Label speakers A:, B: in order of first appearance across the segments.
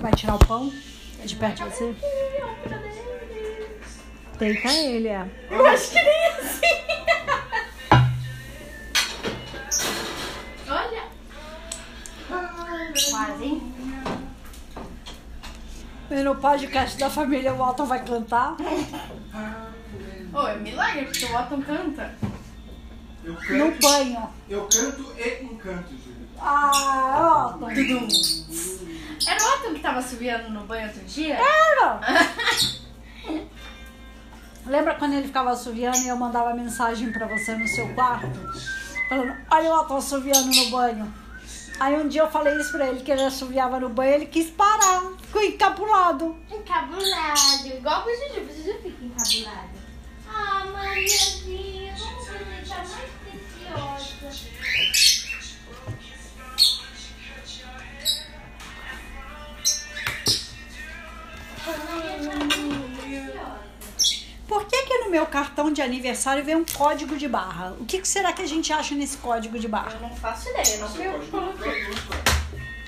A: Vai tirar o pão É de perto de você? Deita ele, é.
B: Eu acho que nem assim. Olha. Quase, hein?
A: E no podcast da família, o Alton vai cantar.
B: Ô, é milagre, porque o Otton canta.
C: Eu
A: No
C: canto,
A: banho.
C: eu canto e encanto, Júlio.
A: Ah, Alton.
B: Era o Otton que tava subindo no banho outro dia?
A: Era! Lembra quando ele ficava assoviando e eu mandava mensagem pra você no seu quarto? Falando, olha o Otton assoviando no banho. Aí um dia eu falei isso pra ele, que ele assoviava no banho, ele quis parar. Ficou encapulado.
D: Encabulado, igual com o Juju, o Juju fica encabulado. Ah, Mariazinha, como você tá mais preciosa.
A: Por que que no meu cartão de aniversário vem um código de barra? O que, que será que a gente acha nesse código de barra?
B: Eu não faço ideia, não fui eu que coloquei.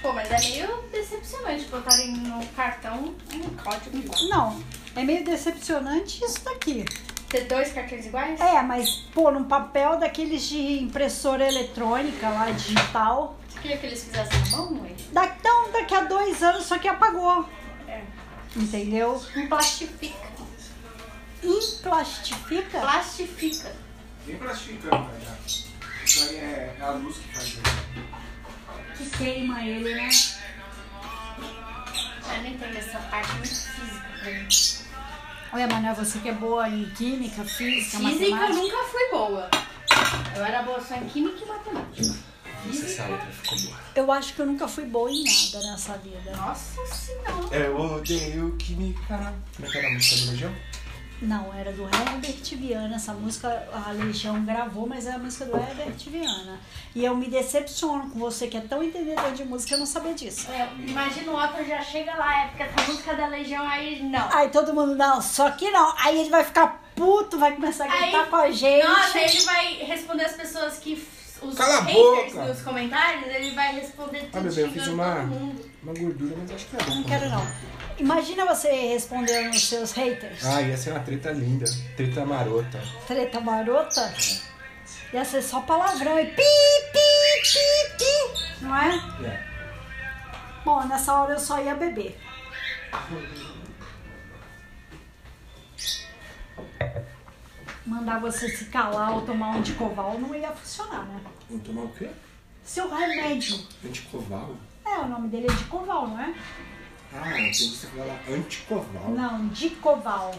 B: Pô, mas é meio decepcionante botarem no cartão um código igual.
A: Não, é meio decepcionante isso daqui.
B: Ter dois cartões iguais?
A: É, mas, pô, num papel daqueles de impressora eletrônica lá, digital.
B: Você queria que eles fizessem na mão, mãe?
A: Da- Então, daqui a dois anos, só que apagou.
B: É.
A: Entendeu?
B: Um plastifica.
A: Implastifica?
B: Plastifica.
C: Vem plastificando, vai já. Isso aí é, é a luz que faz isso.
A: Que queima ele, né?
B: Eu não entendo essa parte muito física pra mim.
A: Olha, mas não é você que é boa em química, física,
B: Física eu
A: matemática?
B: nunca fui boa. Eu era boa só em química e matemática.
E: Nossa, essa outra ficou boa.
A: Eu acho que eu nunca fui boa em nada nessa vida.
B: Nossa senhora.
E: Eu É odeio química. Como é que era a música do Legião?
A: Não, era do Herbert Viana. Essa música a Legião gravou, mas é a música do Herbert Viana. E eu me decepciono com você que é tão entendedor de música, eu não sabia disso.
B: É, imagina o Otto já chega lá, é porque essa música da Legião aí, não.
A: Aí todo mundo, não, só que não. Aí ele vai ficar puto, vai começar a gritar
B: Aí-
A: com a gente.
B: Nossa, aí ele vai responder as pessoas que. f- Os
E: Cala a
B: haters
E: boca.
B: nos comentários, ele vai responder tudo.
E: Ah, bebê, eu fiz
B: xingando
E: uma,
B: todo mundo.
E: uma gordura, mas acho que é bom.
A: Não quero não. Imagina você respondendo nos seus haters.
E: Ah, ia ser uma treta linda. Treta marota.
A: Treta marota. Ia ser só palavrão e pi, pi, pi, pi. Não é?
E: É.
A: Bom, nessa hora eu só ia beber. Mandar você se calar ou tomar um de coval não ia funcionar, né?
E: Vamos tomar o quê?
A: Seu remédio.
E: Anticoval?
A: É, o nome dele é de coval, não é?
E: Ah, tem que você falar anticoval.
A: Não, de coval.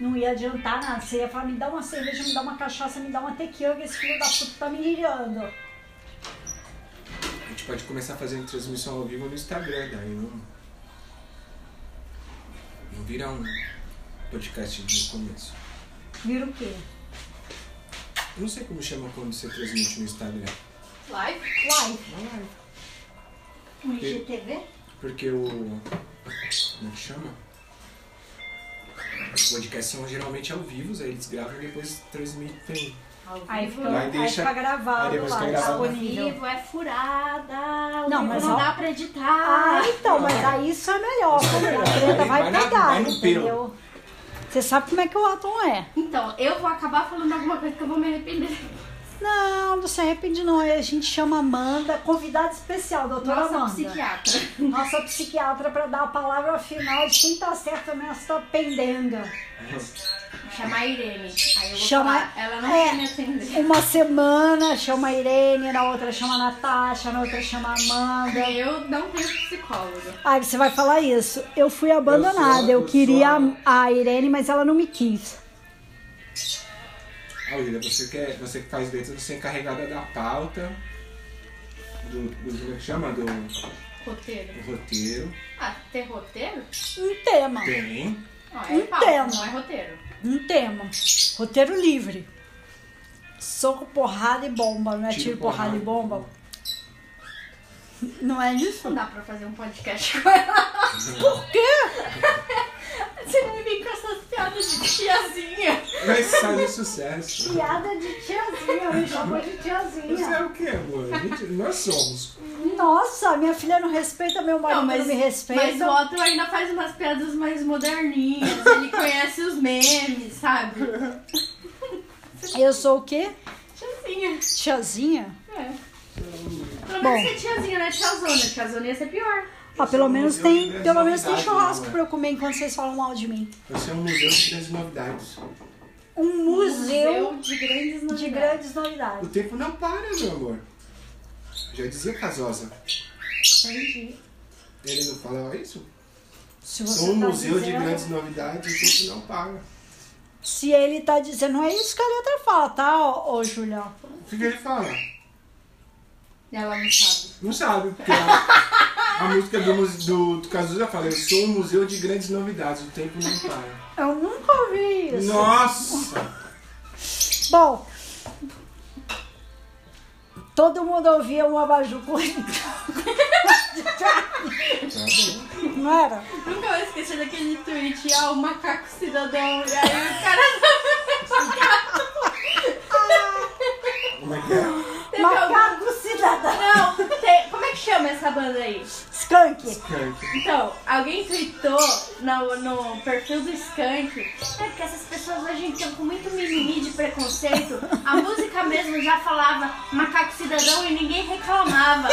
A: Não ia adiantar nada. Você ia falar, me dá uma cerveja, me dá uma cachaça, me dá uma tequila, que esse filho da puta tá me rirando.
E: A gente pode começar fazendo transmissão ao vivo no Instagram, daí não. Não vira um podcast de começo.
A: Vira o quê?
E: Eu não sei como chama quando você transmite no Instagram.
B: Live?
A: Live.
B: Um IGTV?
E: Porque o. Como é que chama? Os podcasts são geralmente ao vivo, aí eles gravam e depois transmitem.
A: Aí fica,
E: Lá
A: aí
E: deixa-
A: fica gravado
E: aí depois
A: lá,
E: fica gravado.
A: disponível.
B: Vivo, é furada. o
A: Não,
B: livro
A: mas
B: não
A: ó-
B: dá pra editar.
A: Ah, então, mas aí isso é melhor. Quando a treta vai
E: Vai na-
A: pegar,
E: vai no pelo.
A: entendeu? Você sabe como é que o Atom é.
B: Então, eu vou acabar falando alguma coisa que eu vou me arrepender.
A: Não, não se arrepende não. A gente chama Amanda, convidada especial, doutora
B: Nossa,
A: Amanda.
B: psiquiatra.
A: Nossa psiquiatra para dar a palavra final de quem tá certo nessa pendenga.
B: Vou chamar a Irene. Aí eu vou
A: Chama-
B: falar, ela não
A: É.
B: quer me atender.
A: Uma semana chama a Irene, na outra chama a Natasha, na outra chama a Amanda.
B: Eu não tenho psicóloga.
A: Aí você vai falar isso. Eu fui abandonada, eu,
E: eu
A: queria
E: sou-
A: a a Irene, mas ela não me quis.
E: Ah, William, você que, é- você que faz letras, você é encarregada da pauta, do, do como é que chama? Do, do
B: Roteiro.
E: roteiro.
B: Ah, ter roteiro?
A: Um tema,
E: Tem.
B: Não,
A: Entendo.
B: é pauta, não é roteiro.
A: um tema. Roteiro livre. Soco, porrada e bomba, não é tiro,
E: Tiro,
A: porrada, e
E: porrada.
A: bomba? Não é isso?
B: Não dá pra fazer um podcast com ela.
A: Por quê?
B: Você não me vem com essas piadas de tiazinha.
E: Mas sai sucesso. é
A: Piada de tiazinha, me chamou de
E: Você
A: tiazinha.
E: é o quê, amor? A gente- nós somos.
A: Nossa, minha filha não respeita, meu marido não, me
B: mas o
A: respeita.
B: Otto ainda faz umas piadas mais moderninhas. Ele conhece os memes, sabe?
A: Eu sou o quê?
B: Tiazinha.
A: Tiazinha?
B: É. Pelo
A: Bom.
B: menos ser tiazinha, né? Tiazona. Tiazona ia ser pior.
A: Ah, pelo
E: sou
A: menos
E: um
A: tem,
E: museu de
A: pelo menos tem
E: novidade,
A: churrasco
E: né?
A: pra eu comer enquanto vocês falam mal de mim.
E: Você é um museu de grandes novidades.
A: Um museu
B: Museu de grandes novidades.
A: de grandes
E: O
A: novidades.
E: tempo não para, meu amor. Já dizia Casosa.
B: Entendi.
E: Ele não falava isso?
A: Se
E: Sou um
A: tá
E: museu de
A: dizendo-
E: grandes novidades, o tempo não para.
A: Se ele tá dizendo, não é isso que a letra fala, tá, ô, ô Julião?
E: O que, que ele fala?
B: Ela não sabe.
E: Não sabe, porque a, a música do, muse- do, do Cazuza fala, eu sou um museu de grandes novidades, o tempo não para.
A: Eu nunca ouvi isso.
E: Nossa!
A: Bom, todo mundo ouvia um abajur com Não era?
B: Nunca vou esquecer daquele tweet. Ah, o macaco cidadão. E aí o cara...
E: Como é que é?
B: Teve algum-
A: Macaco cidadão.
B: Não, tem- como é que chama essa banda aí?
A: Skunk.
E: Skunk.
B: Então, alguém tweetou no, no perfil do Skank é porque essas pessoas hoje estão com muito mimimi de preconceito. A música mesmo já falava macaco cidadão e ninguém reclamava.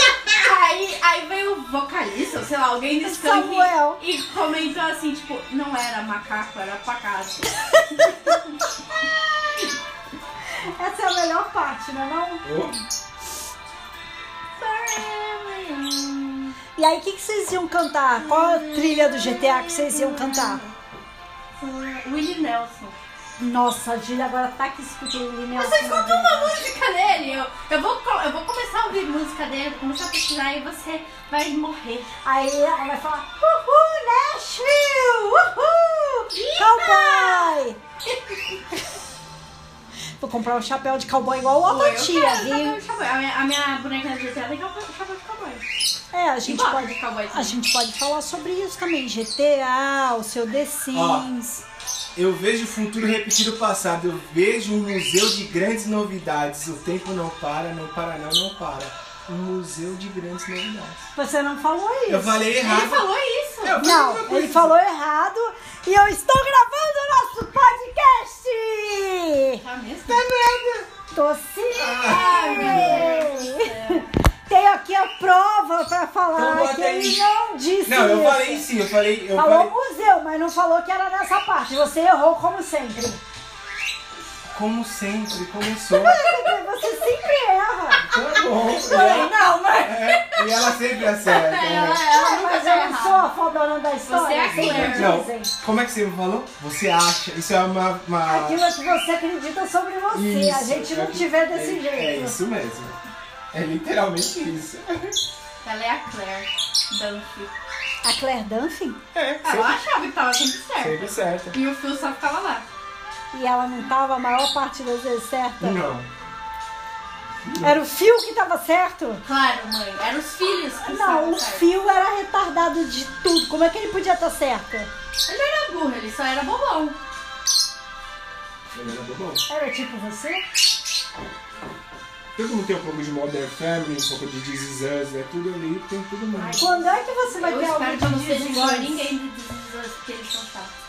B: Aí, aí veio o vocalista, ou sei lá, alguém do Skank
A: Samuel.
B: e comentou assim, tipo, não era macaco, era pacato.
A: Essa é a melhor parte, não é não?
E: Ô,
A: E aí, o que, que vocês iam cantar? Qual a trilha do GTA que vocês iam cantar?
B: Willie Nelson.
A: Nossa, a Gília agora tá que escuta o Linel.
B: Você escutou uma música dele? Eu, eu, vou, co- eu vou começar a ouvir música dele, vou começar a pesquisar e você vai morrer.
A: Aí ela vai falar, uhul, Nashville, uhul, cowboy. Vou comprar um chapéu de cowboy igual a
B: Pô,
A: outra
B: eu
A: tia,
B: quero
A: viu?
B: saber o cowboy. A minha, a minha boneca de GTA tem que o chapéu de cowboy.
A: É, a gente,
B: Bota
A: pode,
B: de cowboy
A: a
B: também.
A: gente pode falar sobre isso também. GTA, o seu The Sims.
E: Eu vejo o futuro repetir o passado, eu vejo um museu de grandes novidades, o tempo não para, não para não, não para. Um museu de grandes novidades.
A: Você não falou isso.
E: Eu falei
B: Ele
E: errado.
B: falou isso.
E: Eu falei uma
A: Não,
E: coisa.
A: ele falou errado e eu estou gravando o nosso podcast!
B: Tá mesmo?
A: Tô sim!
B: Ai, meu Deus do céu.
A: Tem aqui a prova pra
E: Então
A: falar
E: bota
A: que ele
E: aí.
A: não disse
E: Não, eu
A: isso.
E: falei sim, eu falei. Eu
A: Falou
E: falei
A: museu, mas não falou que era nessa parte. Você errou como sempre.
E: como sempre, começou.
A: Você sempre erra.
E: Tá bom. E ela,
A: Não, mas...
E: é, e ela sempre acerta.
B: Ela,
E: né?
B: ela nunca
A: Mas eu
B: tá
A: não
B: errada.
A: sou a fodona da história.
B: Você é a
A: sempre
E: Não,
A: dizem.
E: como é que você me falou? Você acha. Isso é uma. uma...
A: Aquilo que você acredita sobre você. a
E: Isso,
A: gente
E: é
A: não
E: que-
A: tiver desse
E: é-
A: jeito.
E: É isso mesmo. É literalmente isso.
B: Ela é a Claire Dunphy.
A: A Claire Dunphy?
E: É,
A: Ah,
B: Ela achava que tava sempre certo.
E: sempre certa.
B: E o Phil só ficava lá.
A: E ela não tava a maior parte das vezes certa.
E: Não.
A: Era o fio que tava certo?
B: Claro, mãe. Eram os filhos
A: Não,
B: que estavam
A: o
B: certo.
A: fio era retardado de tudo. Como é que ele podia estar certo?
B: Ele era burro, ele só era bobão.
E: Ele era bobão.
A: Era tipo você?
E: Todo mundo tem um pouco de Modern Family, um pouco de This Is Us, é tudo ali, tem tudo mais.
A: Quando é que você vai
B: Eu
A: ter alguém
B: espero que eu não seja
A: diz
B: igual a
A: isso?
B: ninguém do Jesus, porque eles são chatos.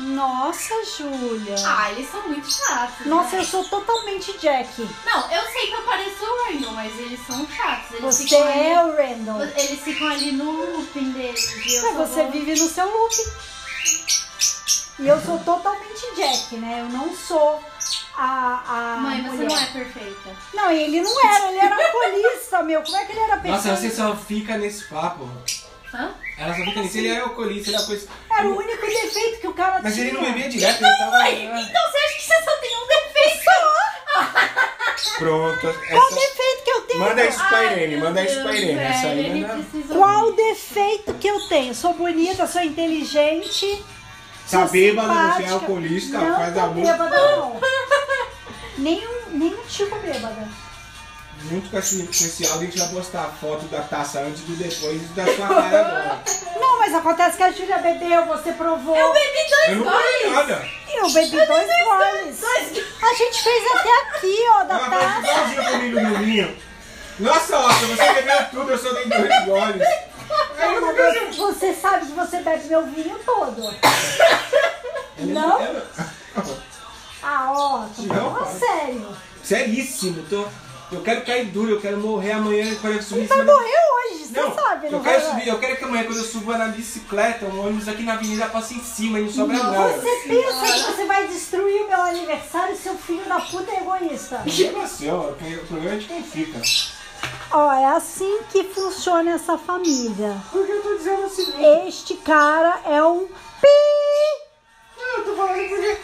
A: Nossa, Júlia.
B: Ah, eles são muito chatos.
A: Nossa,
B: né?
A: eu sou totalmente Jack.
B: Não, eu sei que eu pareço o Randall, mas eles são chatos. Eles
A: Você
B: ficam ali-
A: é o Randall.
B: Eles ficam ali no looping deles. E eu
A: Mas
B: só
A: você
B: vou-
A: vive no seu loop. E eu sou totalmente Jack, né? Eu não sou a. a
B: Mãe, você
A: Ah, mulher.
B: não é perfeita.
A: Não, ele não era, ele era alcoolista, meu. Como é que ele era pessoa?
E: Nossa, você só fica nesse papo.
B: Hã?
E: Ela só fica nesse. Ele é alcoolista, ele é coisa.
A: Era o único defeito que o cara
E: Mas
A: tinha.
E: ele não bebia direto, ele tava. né?
B: Então você acha que você só tem um defeito?
E: Pronto.
A: Qual o
E: Essa...
A: defeito que eu tenho?
E: Manda isso pra
B: Ai,
E: Irene,
B: meu
E: manda isso
B: Deus,
E: pra Irene. Essa
B: velho,
E: aí
B: ele
E: manda.
B: precisa
A: Qual o
B: ouvir.
A: defeito que eu tenho? Sou bonita, sou inteligente.
E: Tá
A: sou
E: bêbado, não é
A: simpática.
E: alcoolista,
A: não
E: faz
A: tô
E: amor.
A: bêbada, não. nenhum, nenhum tipo bêbada.
E: Junto com esse, com esse áudio, a gente vai postar a foto da taça antes do depois e da sua cara agora.
A: Não, mas acontece que a Júlia bebeu, você provou.
B: Eu bebi dois
E: Eu não falei
B: goles.
E: nada.
A: Eu bebi dois goles.
B: dois-
A: A gente fez até aqui, ó, da
E: Ela faz
A: taça.
E: igualzinho comigo no ninho. Nossa, Otto, você bebeu tudo, eu só dei dois goles.
A: Você sabe que você bebe meu vinho todo. Não?
E: é
A: Ah, ó, tô
E: Não,
A: falando
E: cara.
A: sério.
E: Seríssimo, tô. Eu quero cair duro, eu quero morrer amanhã quando eu subir em
A: Vai
E: cima da-
A: morrer hoje, você
E: Não,
A: sabe, não
E: eu quero
A: vai?
E: subir, eu quero que amanhã quando eu suba na bicicleta, um ônibus aqui na avenida passe em cima e não sobra nada.
A: Você pensa que você vai destruir o meu aniversário, seu filho da puta é egoísta.
E: Chega seu, o problema é de quem fica.
A: Ó, é assim que funciona essa família.
E: Porque eu tô dizendo assim,
A: Este cara é um pi.
E: não, eu tô falando porque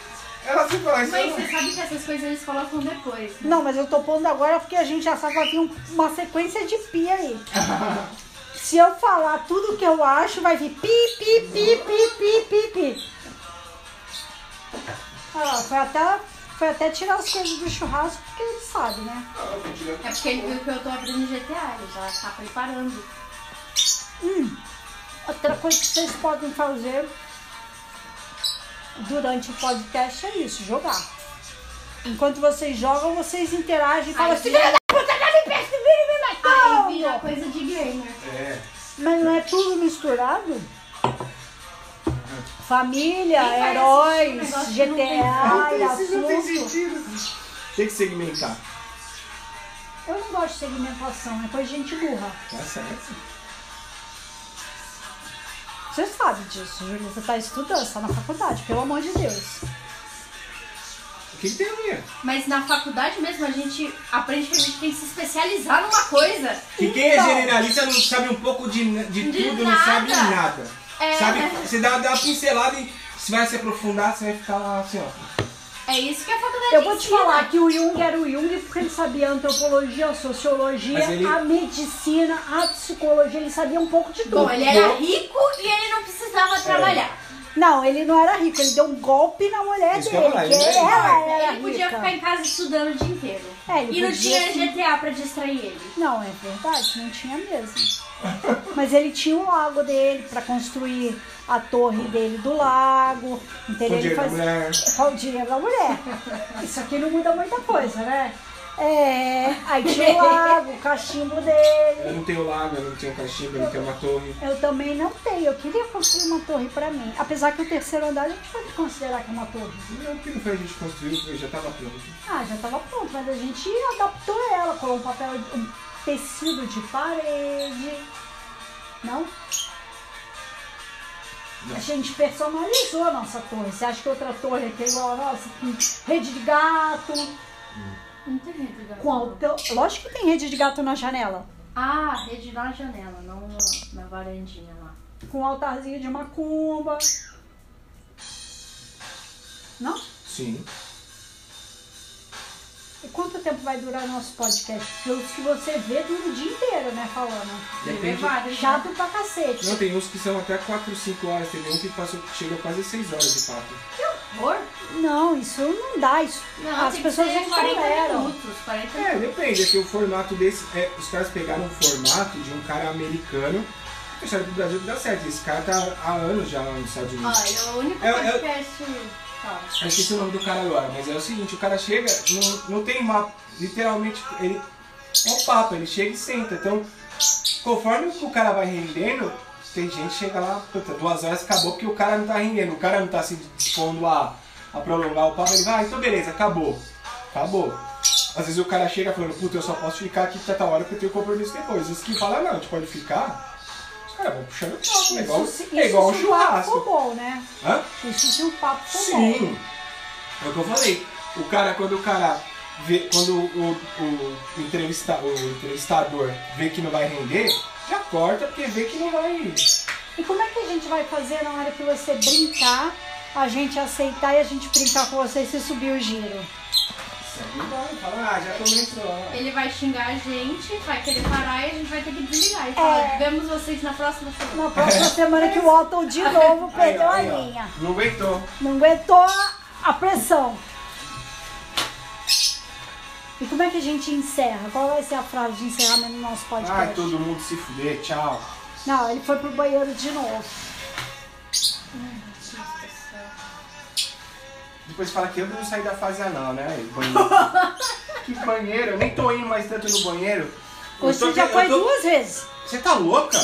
E: ela se fala isso. eu
B: Mãe,
E: não-
B: você sabe que essas coisas eles colocam depois.
A: Não, mas eu tô pondo agora porque a gente já sabe que vai vir um- uma sequência de pi aí. Se eu falar tudo que eu acho, vai vir pi, pi, pi, pi, pi, pi, pi. Olha lá, foi até, foi até tirar as coisas do churrasco porque ele sabe, né?
B: É porque ele viu que eu tô abrindo GTA, ele já tá preparando.
A: Outra coisa que vocês podem fazer durante o podcast é isso, jogar. Enquanto vocês jogam, vocês interagem e falam
B: Aí
A: assim,
B: vira-
A: filha da puta, já me perseguiu
B: É, tá Aí
A: e me
B: vira
A: matou!
B: coisa de gamer.
E: É,
A: Mas não é tudo misturado? Família,
B: Quem vai
A: heróis,
B: assistir um negócio que não tem
A: GTA e
E: isso não tem
A: assunto.
E: sentido. Tem que segmentar.
A: Eu não gosto de segmentação, é coisa de gente burra.
E: Tá certo.
A: Você sabe disso, Júlia. Você tá estudando, você tá na faculdade, pelo amor de Deus.
E: O que, que tem a ver?
B: Mas na faculdade mesmo a gente aprende que a gente tem que se especializar numa coisa.
E: Que quem é
A: Então.
E: generalista não sabe um pouco de, na- de
B: De
E: tudo, não
B: nada.
E: sabe nada.
B: É.
E: Sabe? Você dá, dá uma pincelada e se vai se aprofundar, você vai ficar lá assim, ó.
B: É isso que a faculdade
A: Eu vou te
B: ensina.
A: falar que o Jung era o Jung porque ele sabia a antropologia, a sociologia,
E: Mas ele-
A: a medicina, a psicologia, ele sabia um pouco de tudo.
B: Bom, ele era rico e ele não precisava
A: É.
B: trabalhar.
A: Não, ele não era rico, ele deu um golpe na mulher
E: Isso que eu né?
A: dele, que
E: ia falar, ele não era
A: ela era
B: Ele podia
A: rica.
B: ficar em casa estudando o dia inteiro.
A: É, ele
B: e não
A: podia
B: tinha
A: sim.
B: GTA pra distrair ele.
A: Não, é verdade, não tinha mesmo. Mas ele tinha o lago dele pra construir a torre dele do lago, entendeu?
E: Com
A: Ele
E: dinheiro da
A: faz-
E: mulher.
A: Só o dinheiro da mulher. Isso aqui não muda muita coisa, né? É, aí tinha o lago, o cachimbo dele.
E: Eu não tenho lago, eu não tenho cachimbo, eu não tenho uma torre.
A: Eu também não tenho. Eu queria construir uma torre pra mim. Apesar que o terceiro andar a gente pode considerar que é uma torre.
E: Não, por que não foi a gente construir? Porque já tava pronto.
A: Ah, já tava pronto, mas a gente adaptou ela, colou um papel, um tecido de parede. Não?
E: Não.
A: A gente personalizou a nossa torre. Você acha que outra torre aqui é igual a nossa? Com rede de gato,
B: Não tem né? rede da
A: com alta... Lógico que tem rede de gato na janela.
B: Ah, rede na janela, não na, na varandinha lá.
A: Com altarzinho de macumba. Não?
E: Sim.
A: E quanto tempo vai durar nosso podcast? Porque os que você vê dura o dia inteiro, né, falando.
B: é
E: Depende.
B: Elevado, já.
A: Chato pra cacete.
E: Não, tem uns que são até 4, 5 horas, tem um que passou, chega quase 6 horas de papo.
B: Horror?
A: Não, isso não dá. Isso,
B: Não,
A: as
B: tem
A: pessoas
B: que ser
A: não
B: 40
A: toleram.
B: minutos, 40
E: É, depende, é que o formato desse. é, os caras pegaram um formato de um cara americano e acharam que o Brasil dá certo. Esse cara tá há anos já lá nos Estados Unidos.
B: Olha, o único
E: É, é-
B: podcast. Fala.
E: Eu esqueci o nome do cara agora, mas é o seguinte, o cara chega, não, não tem mapa, literalmente, ele é um papo, ele chega e senta. Então, conforme o cara vai rendendo, tem gente que chega lá, puta, duas horas acabou porque o cara não tá rendendo, o cara não tá se dispondo a, a prolongar o papo, ele vai, ah, então beleza, acabou. Acabou. Às vezes o cara chega falando, puta, eu só posso ficar aqui até tal hora porque eu tenho compromisso depois. Os que falam, "Ah, não, a gente pode ficar, os caras vão puxando o papo, é igual,
A: Isso-
E: é
A: isso
E: igual um
A: se o papo for
E: churrasco.
A: bom, né?
E: Hã?
A: Isso se o papo for bom.
E: Sim. É o que eu falei. O cara, quando o cara vê, quando o, o, entrevista, o entrevistador vê que não vai render, já corta porque vê que não vai.
A: E como é que a gente vai fazer na hora que você brincar, a gente aceitar e a gente brincar com você e você subir o giro?
E: Segue o baile, fala, ah, já começou. ó."
B: Ele vai xingar a gente, vai querer parar e a gente vai ter que desligar. E
A: É.
B: falar, vemos vocês na próxima semana.
A: Na próxima semana que o Otto de novo
E: Aí,
A: perdeu
E: ó,
A: a
E: aí, ó.
A: linha.
E: Não aguentou.
A: Não aguentou a pressão. E como é que a gente encerra? Qual vai ser a frase de encerramento do nosso podcast?
E: Ai, todo mundo se fuder, tchau.
A: Não, ele foi pro banheiro de novo.
E: Depois fala que eu não saí da fase anal, né? Banheiro. que banheiro? Eu nem tô indo mais tanto no banheiro.
A: Hoje
E: tô
A: você já
E: que-
A: foi
E: eu tô-
A: duas vezes.
E: Você tá louca?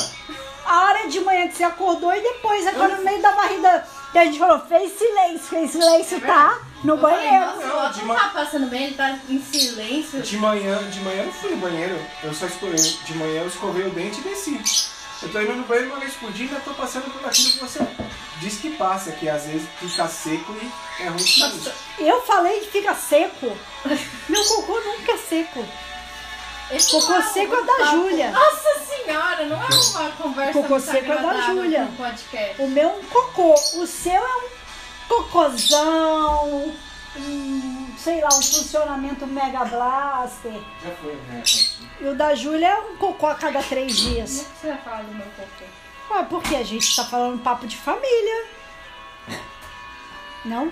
A: A hora de manhã que você acordou e depois, agora no meio da barriga, que a gente falou, fez silêncio, fez silêncio, tá?
E: É.
A: No
B: Eu falei,
A: banheiro.
B: Nossa,
E: Não,
B: o Otto
E: de
B: não
E: ma-
B: tá passando bem, ele tá em silêncio.
E: De manhã, de manhã eu não fui no banheiro. Eu só escovei. De manhã eu escovei o dente e desci. Eu tô indo no banheiro uma vez por dia e ainda tô passando por aquilo que você diz que passa, que às vezes fica seco e é ruim de saúde.
A: Eu falei que fica seco. Meu cocô nunca é seco.
B: Esse
A: Cocô
B: não um
A: seco é da
B: papo-
A: Júlia.
B: Nossa senhora, não é uma conversa
A: Cocô
B: muito
A: seco é da
B: agradável
A: Júlia.
B: pro podcast.
A: O meu é um cocô. O seu é um cocôzão, um, sei lá, um funcionamento mega blaster.
E: Já foi, né?
A: E o da Júlia é um cocô a cada três dias.
B: O é que você vai falar do meu cocô?
A: Ué, porque a gente tá falando papo de família. Não?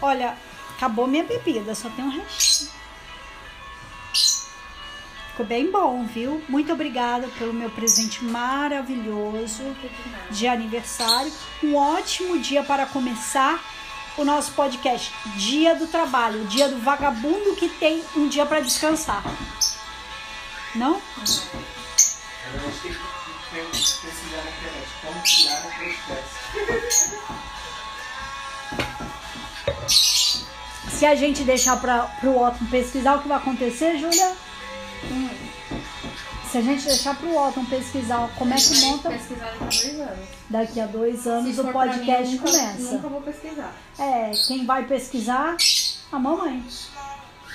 A: Olha, acabou minha bebida, só tem um restinho. Ficou bem bom, viu? Muito obrigada pelo meu presente maravilhoso de aniversário. Um ótimo dia para começar o nosso podcast. Dia do trabalho, dia do vagabundo que tem um dia para descansar. Não?
E: Eu acho que tem que pesquisar na internet como criar um podcast.
A: Se a gente deixar para o Otton pesquisar o que vai acontecer, Júlia? Hum. Se a gente deixar para o Otton pesquisar como é que
B: Vai
A: monta,
B: pesquisar daqui a dois anos.
A: daqui a dois anos
B: Se
A: o
B: for pra mim,
A: podcast
B: eu nunca-
A: começa.
B: Nunca vou pesquisar.
A: É, quem vai pesquisar? A mamãe.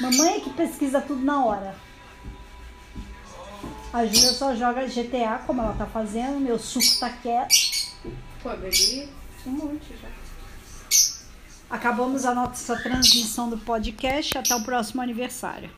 A: Mamãe é que pesquisa tudo na hora. A Júlia só joga GTA, como ela tá fazendo, meu suco tá quieto.
B: Pô, bebi um monte já.
A: Acabamos a nossa transmissão do podcast. Até o próximo aniversário.